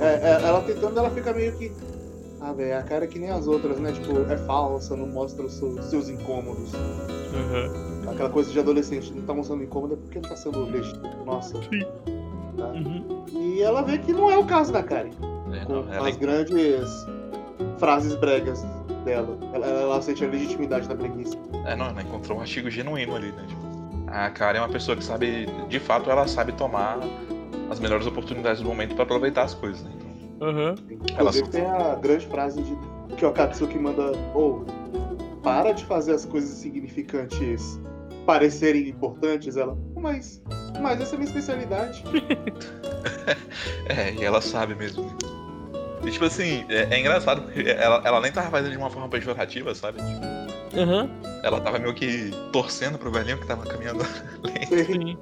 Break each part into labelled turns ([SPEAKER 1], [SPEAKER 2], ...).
[SPEAKER 1] é, ela tentando, ela fica meio que. Ah, velho, a cara é que nem as outras, né? Tipo, é falsa, não mostra os seus, seus incômodos.
[SPEAKER 2] Aham.
[SPEAKER 1] Aquela coisa de adolescente, não tá mostrando incômodo é porque não tá sendo vestido. Nossa.
[SPEAKER 2] Sim.
[SPEAKER 1] Tá?
[SPEAKER 2] Uhum.
[SPEAKER 1] E ela vê que não é o caso da Karen.
[SPEAKER 3] É,
[SPEAKER 1] com
[SPEAKER 3] não, ela
[SPEAKER 1] as grandes frases bregas dela. Ela, ela sente a legitimidade da preguiça.
[SPEAKER 3] É, não, ela encontrou um artigo genuíno ali, né? Tipo, a Karen é uma pessoa que sabe, de fato, ela sabe tomar as melhores oportunidades do momento pra aproveitar as coisas, né? Então,
[SPEAKER 2] Aham.
[SPEAKER 3] Ela
[SPEAKER 1] Inclusive
[SPEAKER 3] só-
[SPEAKER 1] tem a grande frase de que o Akatsuki manda, ou para de fazer as coisas significantes parecerem importantes, ela, mas, mas essa é a minha especialidade.
[SPEAKER 3] é, e ela sabe mesmo. né? E, tipo assim, é, é engraçado porque ela, ela nem tava fazendo de uma forma pejorativa, sabe? Tipo,
[SPEAKER 2] Aham.
[SPEAKER 3] ela tava meio que torcendo pro velhinho que tava caminhando lento.
[SPEAKER 2] Sim.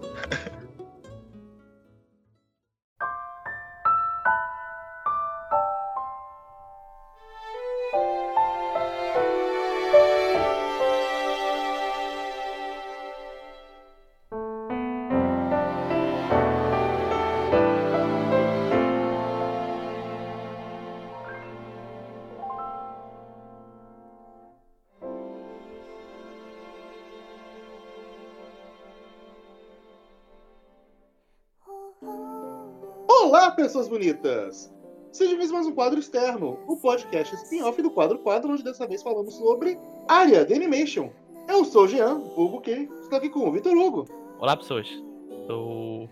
[SPEAKER 1] Olá, pessoas bonitas! Seja mais mais um quadro externo, o podcast spin-off do quadro quadro, onde dessa vez falamos sobre área de animation. Eu sou o Jean, Hugo que estou aqui com o Vitor Hugo,
[SPEAKER 2] Olá, pessoas. Tô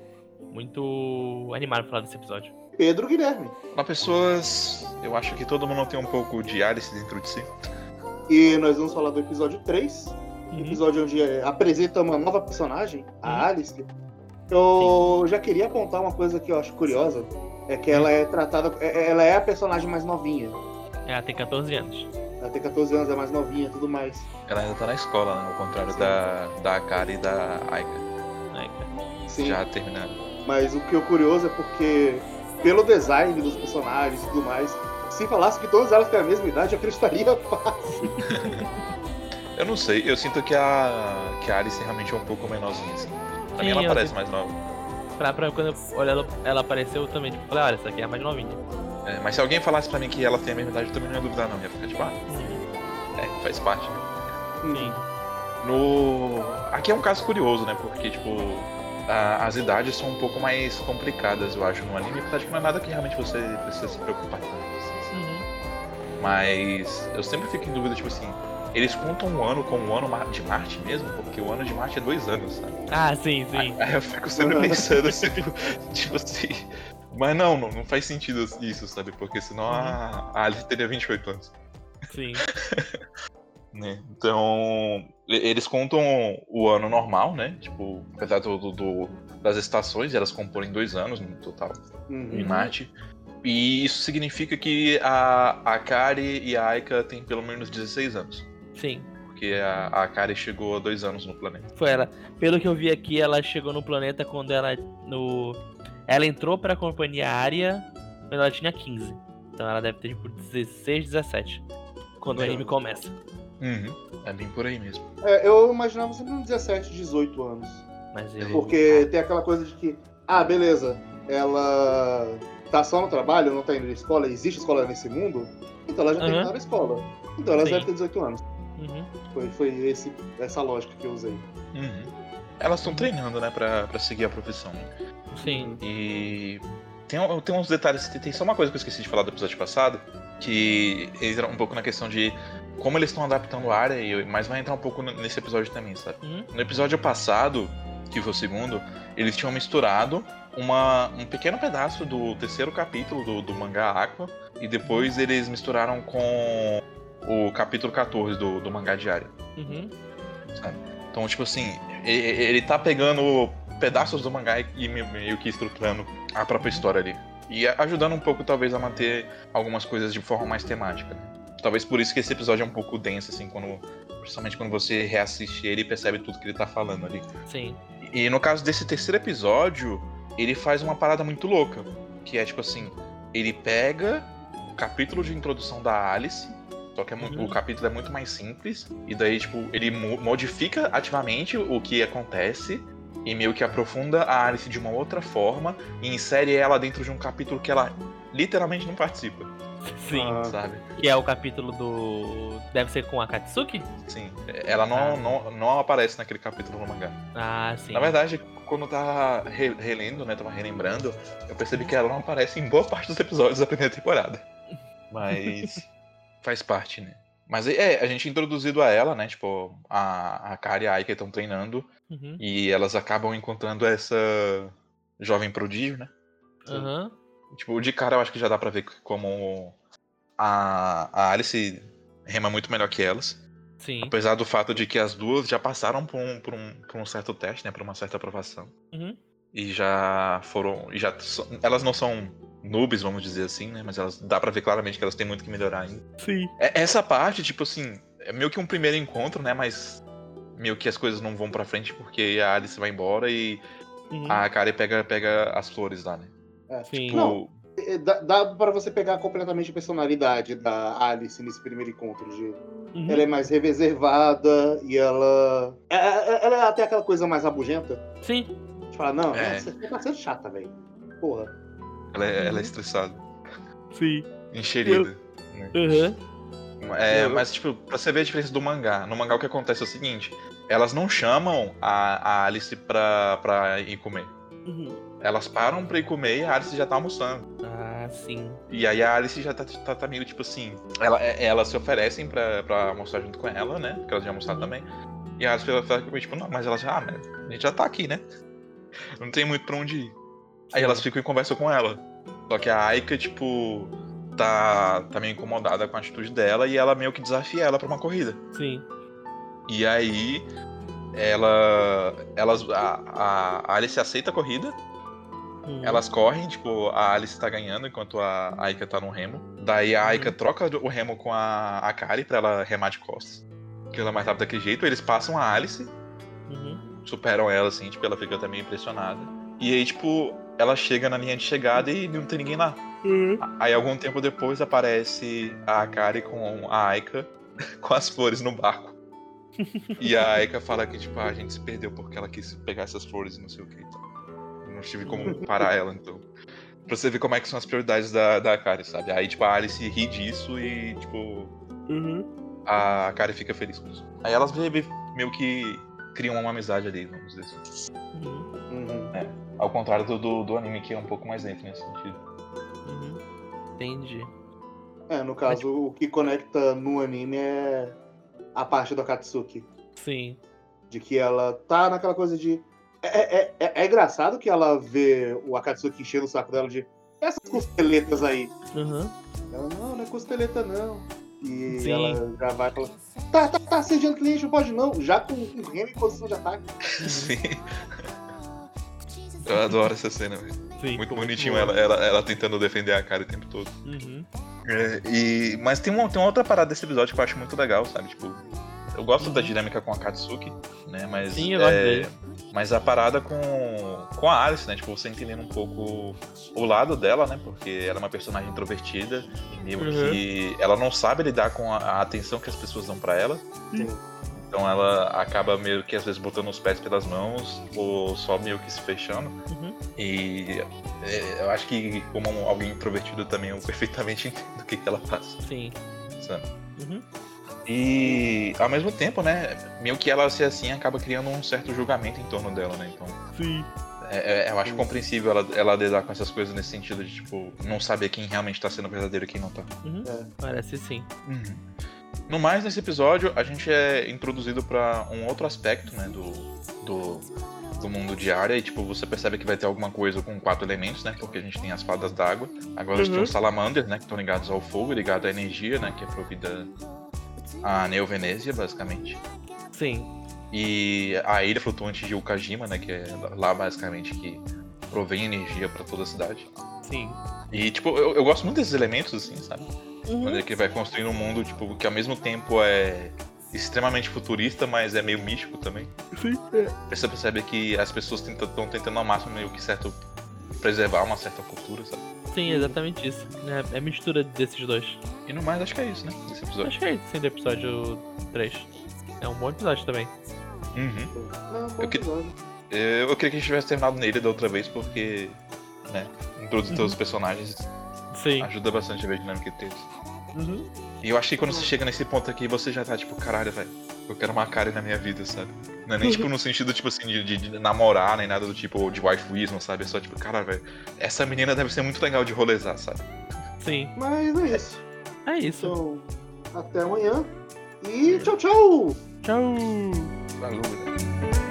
[SPEAKER 2] muito animado pra falar desse episódio.
[SPEAKER 1] Pedro Guilherme
[SPEAKER 3] Mas pessoas, eu acho que todo mundo tem um pouco de Alice dentro de si.
[SPEAKER 1] e nós vamos falar do episódio 3,
[SPEAKER 2] Uhum.
[SPEAKER 1] episódio onde é, apresenta uma nova personagem, a Alice, eu já queria apontar uma coisa que eu acho curiosa. É que ela é tratada. é- Ela é a personagem mais novinha.
[SPEAKER 2] Ela tem 14 anos.
[SPEAKER 1] Ela tem 14 anos, é mais novinha e tudo mais.
[SPEAKER 3] Ela ainda tá na escola, né? Ao contrário da, da Akari e da Aika.
[SPEAKER 2] Ai, cara.
[SPEAKER 1] Sim.
[SPEAKER 3] Já terminaram.
[SPEAKER 1] Mas o que é curioso é porque, pelo design dos personagens e tudo mais, se falasse que todas elas têm a mesma idade, eu acreditaria fácil.
[SPEAKER 3] Eu não sei, eu sinto que a, que a Alice realmente é um pouco menorzinha, assim. Pra
[SPEAKER 2] Sim,
[SPEAKER 3] mim ela
[SPEAKER 2] eu
[SPEAKER 3] parece mais nova.
[SPEAKER 2] Pra, pra quando eu olhei ela, ela apareceu eu também, tipo, falei, olha, essa aqui é a mais novinha.
[SPEAKER 3] É, mas se alguém falasse pra mim que ela tem a mesma idade, eu também não ia duvidar não. Ia ficar tipo, ah, é, faz parte. né?
[SPEAKER 2] Sim.
[SPEAKER 3] No... Aqui é um caso curioso, né? Porque, tipo, a- as idades são um pouco mais complicadas, eu acho, no anime. Apesar de que não é nada que realmente você precisa se preocupar tanto, assim, sabe?
[SPEAKER 2] Uhum.
[SPEAKER 3] Mas eu sempre fico em dúvida, tipo assim, eles contam um ano como um ano ma- de Marte mesmo? Porque o ano de Marte é dois anos, sabe?
[SPEAKER 2] Ah, sim, sim.
[SPEAKER 3] Aí eu fico sempre pensando assim, tipo, tipo assim. Mas não, não, não faz sentido isso, sabe? Porque senão a, a Alice teria 28 anos.
[SPEAKER 2] Sim.
[SPEAKER 3] Né? Então, e- eles contam o ano normal, né? Tipo, apesar do, do- do- das estações, elas compõem dois anos no total em
[SPEAKER 1] Uhum.
[SPEAKER 3] Marte. E isso significa que a, a Kari e a Aika têm pelo menos 16 anos.
[SPEAKER 2] Sim.
[SPEAKER 3] Porque a, a Kari chegou a dois anos no planeta.
[SPEAKER 2] Foi ela. Pelo que eu vi aqui, ela chegou no planeta quando ela. No... Ela entrou pra companhia área quando ela tinha 15. Então ela deve ter tipo 16, 17. Quando o
[SPEAKER 1] Legal.
[SPEAKER 2] anime começa.
[SPEAKER 3] É bem por aí mesmo.
[SPEAKER 1] É, eu imaginava sempre uns 17, 18 anos.
[SPEAKER 2] Mas eu.
[SPEAKER 1] Porque tem aquela coisa de que, ah, beleza, ela tá só no trabalho, não tá indo na escola, existe escola nesse mundo, então ela já tem que
[SPEAKER 2] Aham.
[SPEAKER 1] estar na escola. Então ela
[SPEAKER 2] Sim.
[SPEAKER 1] deve ter 18 anos.
[SPEAKER 2] Uhum.
[SPEAKER 1] Foi, foi esse, essa lógica que eu usei.
[SPEAKER 3] Uhum. Elas estão treinando, né, pra, pra seguir a profissão.
[SPEAKER 2] Sim.
[SPEAKER 3] E tem, um- tem uns detalhes, tem- tem só uma coisa que eu esqueci de falar do episódio passado, que entra um pouco na questão de como eles estão adaptando a área, e- mas vai entrar um pouco n- nesse episódio também, sabe?
[SPEAKER 2] Uhum.
[SPEAKER 3] No episódio passado, que foi o segundo, eles tinham misturado uma, um pequeno pedaço do terceiro capítulo do, do mangá Aqua, e depois eles misturaram com o capítulo 14 do, do mangá Diário.
[SPEAKER 2] Uhum.
[SPEAKER 3] Então, tipo assim, e- e- ele tá pegando pedaços do mangá e- e me- meio que estruturando a própria história ali. E a- ajudando um pouco, talvez, a manter algumas coisas de forma mais temática. né? Talvez por isso que esse episódio é um pouco denso, assim, quando. Principalmente quando você reassiste ele e percebe tudo que ele tá falando ali.
[SPEAKER 2] Sim.
[SPEAKER 3] E no caso desse terceiro episódio, ele faz uma parada muito louca. Que é tipo assim, ele pega o capítulo de introdução da Alice, só que é mu-
[SPEAKER 2] Uhum.
[SPEAKER 3] o capítulo é muito mais simples, e daí, tipo, ele mo- modifica ativamente o que acontece. E meio que aprofunda a Alice de uma outra forma e insere ela dentro de um capítulo que ela literalmente não participa,
[SPEAKER 2] Sim.
[SPEAKER 1] Ah.
[SPEAKER 3] sabe?
[SPEAKER 2] Que é o capítulo do. Deve ser com a Katsuki?
[SPEAKER 3] Sim. Ela não, não, não aparece naquele capítulo no mangá.
[SPEAKER 2] Ah, sim.
[SPEAKER 3] Na verdade, quando eu tava re- relendo, né? Tava relembrando, eu percebi que ela não aparece em boa parte dos episódios da primeira temporada. Mas faz parte, né? Mas é, a gente é introduzido a ela, né? Tipo, a, a Kari e a Aika estão treinando
[SPEAKER 2] Uhum.
[SPEAKER 3] e elas acabam encontrando essa jovem prodígio, né?
[SPEAKER 2] Aham.
[SPEAKER 3] Tipo, de cara eu acho que já dá pra ver como a, a Alice rema muito melhor que elas.
[SPEAKER 2] Sim.
[SPEAKER 3] Apesar do fato de que as duas já passaram por um, por um, por um certo teste, né? Por uma certa aprovação.
[SPEAKER 2] Uhum.
[SPEAKER 3] E já foram. E já são- elas não são noobs, vamos dizer assim, né? Mas elas dá pra ver claramente que elas têm muito que melhorar ainda.
[SPEAKER 2] Sim.
[SPEAKER 3] É- Essa parte, tipo assim, é meio que um primeiro encontro, né? Mas meio que as coisas não vão pra frente porque a Alice vai embora e
[SPEAKER 2] Uhum.
[SPEAKER 3] a Kari pega, pega as flores lá, né?
[SPEAKER 2] sim.
[SPEAKER 3] Tipo,
[SPEAKER 1] Não. É, Dá, dá pra você pegar completamente a personalidade da Alice nesse primeiro encontro. De...
[SPEAKER 2] Uhum.
[SPEAKER 1] Ela é mais reservada e ela. é- é- Ela tem aquela coisa mais rabugenta.
[SPEAKER 2] Sim.
[SPEAKER 1] De falar, não,
[SPEAKER 3] É.
[SPEAKER 1] você tá sendo chata, velho. Porra.
[SPEAKER 3] ela, é, ela é estressada,
[SPEAKER 2] Sim.
[SPEAKER 3] encherida.
[SPEAKER 2] Uhum.
[SPEAKER 3] É,
[SPEAKER 1] Eu-
[SPEAKER 3] mas, tipo, pra você ver a diferença do mangá. No mangá o que acontece é o seguinte: elas não chamam a, a Alice pra, pra ir comer.
[SPEAKER 2] Uhum.
[SPEAKER 3] Elas param pra ir comer e a Alice já tá almoçando.
[SPEAKER 2] Ah, sim.
[SPEAKER 3] E aí a Alice já tá, tá, tá meio tipo assim. Ela, é- elas se oferecem pra, pra almoçar junto com ela, né? Porque elas já almoçaram também. E a Alice fala fala comigo, tipo, não, mas ela já, ah, mas a gente já tá aqui, né? Não tem muito pra onde ir. Aí elas ficam em conversa com ela. Só que a Aika, tipo, tá, tá meio incomodada com a atitude dela e ela meio que desafia ela pra uma corrida.
[SPEAKER 2] Sim.
[SPEAKER 3] E aí ela. Elas. A, a- a Alice aceita a corrida
[SPEAKER 2] Uhum.
[SPEAKER 3] elas correm, tipo, a Alice tá ganhando enquanto a Aika tá no remo. Daí a Aika troca o remo com a, a Kari pra ela remar de costas. Que ela é mais rápida daquele jeito. Eles passam a Alice,
[SPEAKER 2] Uhum.
[SPEAKER 3] superam ela, assim, tipo, ela fica até meio impressionada. E aí, tipo, ela chega na linha de chegada e não tem ninguém lá.
[SPEAKER 2] Uhum.
[SPEAKER 3] Aí, algum tempo depois, aparece a Kari com a Aika, com as flores no barco. E a Aika fala que, tipo, "Ah, a gente se perdeu porque ela quis pegar essas flores e não sei o que e tal. Eu Não tive como parar ela, então. Pra você ver como é que são as prioridades da, da Kari, sabe? Aí, tipo, a Alice ri disso e, tipo,
[SPEAKER 2] Uhum.
[SPEAKER 3] a Kari fica feliz com isso. Aí elas meio meio que criam uma amizade ali, vamos dizer assim.
[SPEAKER 2] Uhum.
[SPEAKER 1] Uhum.
[SPEAKER 3] Ao contrário do, do, do anime, que é um pouco mais lento nesse sentido.
[SPEAKER 2] Uhum. Entendi.
[SPEAKER 1] É, no caso, o que conecta no anime é a parte da Katsuki.
[SPEAKER 2] Sim.
[SPEAKER 1] De que ela tá naquela coisa de. É, é, é, é engraçado que ela vê o Akatsuki enchendo o saco dela de. Essas costeletas aí.
[SPEAKER 2] Uhum.
[SPEAKER 1] Ela, não, não é costeleta, não. E
[SPEAKER 2] Sim.
[SPEAKER 1] ela já vai e fala. Tá, tá, tá, sediando cliente, não pode não. Já com um remo em posição de ataque.
[SPEAKER 3] Sim. Eu adoro essa cena, velho.
[SPEAKER 2] Sim.
[SPEAKER 3] Muito
[SPEAKER 2] ficou
[SPEAKER 3] bonitinho
[SPEAKER 2] bom.
[SPEAKER 3] ela, ela, ela tentando defender a cara o tempo todo.
[SPEAKER 2] Uhum.
[SPEAKER 3] É, e, mas tem uma, tem uma outra parada desse episódio que eu acho muito legal, sabe? Tipo, eu gosto da dinâmica com a Katsuki, né? Mas,
[SPEAKER 2] Uhum. Sim, eu gosto
[SPEAKER 3] é,
[SPEAKER 2] dele.
[SPEAKER 3] mas a parada com, com a Alice, né? Tipo, você entendendo um pouco o lado dela, né? Porque ela é uma personagem introvertida, meio
[SPEAKER 2] Uhum.
[SPEAKER 3] que ela não sabe lidar com a, a atenção que as pessoas dão pra ela.
[SPEAKER 1] Sim.
[SPEAKER 3] Então ela acaba meio que às vezes botando os pés pelas mãos ou só meio que se fechando.
[SPEAKER 2] Uhum.
[SPEAKER 3] E é, eu acho que como alguém introvertido também eu perfeitamente entendo o que, que ela passa,
[SPEAKER 2] Sim.
[SPEAKER 3] sabe?
[SPEAKER 2] Uhum.
[SPEAKER 3] E ao mesmo tempo, né? Meio que ela ser assim acaba criando um certo julgamento em torno dela, né? Então,
[SPEAKER 2] Sim.
[SPEAKER 3] é- é- eu acho compreensível ela, ela lidar com essas coisas nesse sentido de, tipo, não saber quem realmente tá sendo verdadeiro e quem não tá.
[SPEAKER 2] Uhum.
[SPEAKER 1] É.
[SPEAKER 2] Parece sim.
[SPEAKER 3] Uhum. No mais, nesse episódio, a gente é introduzido pra um outro aspecto, né? Do, do, do mundo de área. E, tipo, você percebe que vai ter alguma coisa com quatro elementos, né? Porque a gente tem as fadas d'água. Agora a gente
[SPEAKER 2] Uhum.
[SPEAKER 3] tem os salamanders, né? Que estão ligados ao fogo, ligados à energia, né? Que é provida à neovenésia, basicamente.
[SPEAKER 2] Sim.
[SPEAKER 3] E a ilha flutuante de Ukajima, né? Que é lá, basicamente, que provém energia pra toda a cidade.
[SPEAKER 2] Sim.
[SPEAKER 3] E, tipo, eu, eu gosto muito desses elementos, assim, sabe? Quando
[SPEAKER 2] Uhum.
[SPEAKER 3] ele que vai construindo um mundo tipo, que ao mesmo tempo é extremamente futurista, mas é meio místico também.
[SPEAKER 2] Sim.
[SPEAKER 3] Você percebe que as pessoas estão tentando ao máximo meio que certo preservar uma certa cultura, sabe?
[SPEAKER 2] Sim, exatamente isso. É, é mistura desses dois.
[SPEAKER 3] E no mais, acho que é isso, né? Esse episódio.
[SPEAKER 2] Acho que é isso, sim, do episódio 3. É um bom episódio também.
[SPEAKER 3] Uhum.
[SPEAKER 1] Não, bom
[SPEAKER 3] Eu que-
[SPEAKER 1] episódio.
[SPEAKER 3] Eu, eu queria que a gente tivesse terminado nele da outra vez, porque, né, introduzir todos os personagens
[SPEAKER 2] Sim.
[SPEAKER 3] Ajuda bastante a ver a dinâmica entre eles.
[SPEAKER 1] Uhum.
[SPEAKER 3] E eu acho que quando você chega nesse ponto aqui, você já tá tipo, caralho, velho, eu quero uma Karen na minha vida, sabe? Não é nem tipo no sentido, tipo assim, de, de- de namorar, nem nada do tipo, ou de wifeismo, sabe? É só tipo, caralho, velho, essa menina deve ser muito legal de rolezar, sabe?
[SPEAKER 2] Sim.
[SPEAKER 1] Mas é isso.
[SPEAKER 2] É isso.
[SPEAKER 1] Então, até amanhã. E tchau, tchau!
[SPEAKER 2] Tchau.
[SPEAKER 3] Valeu, velho.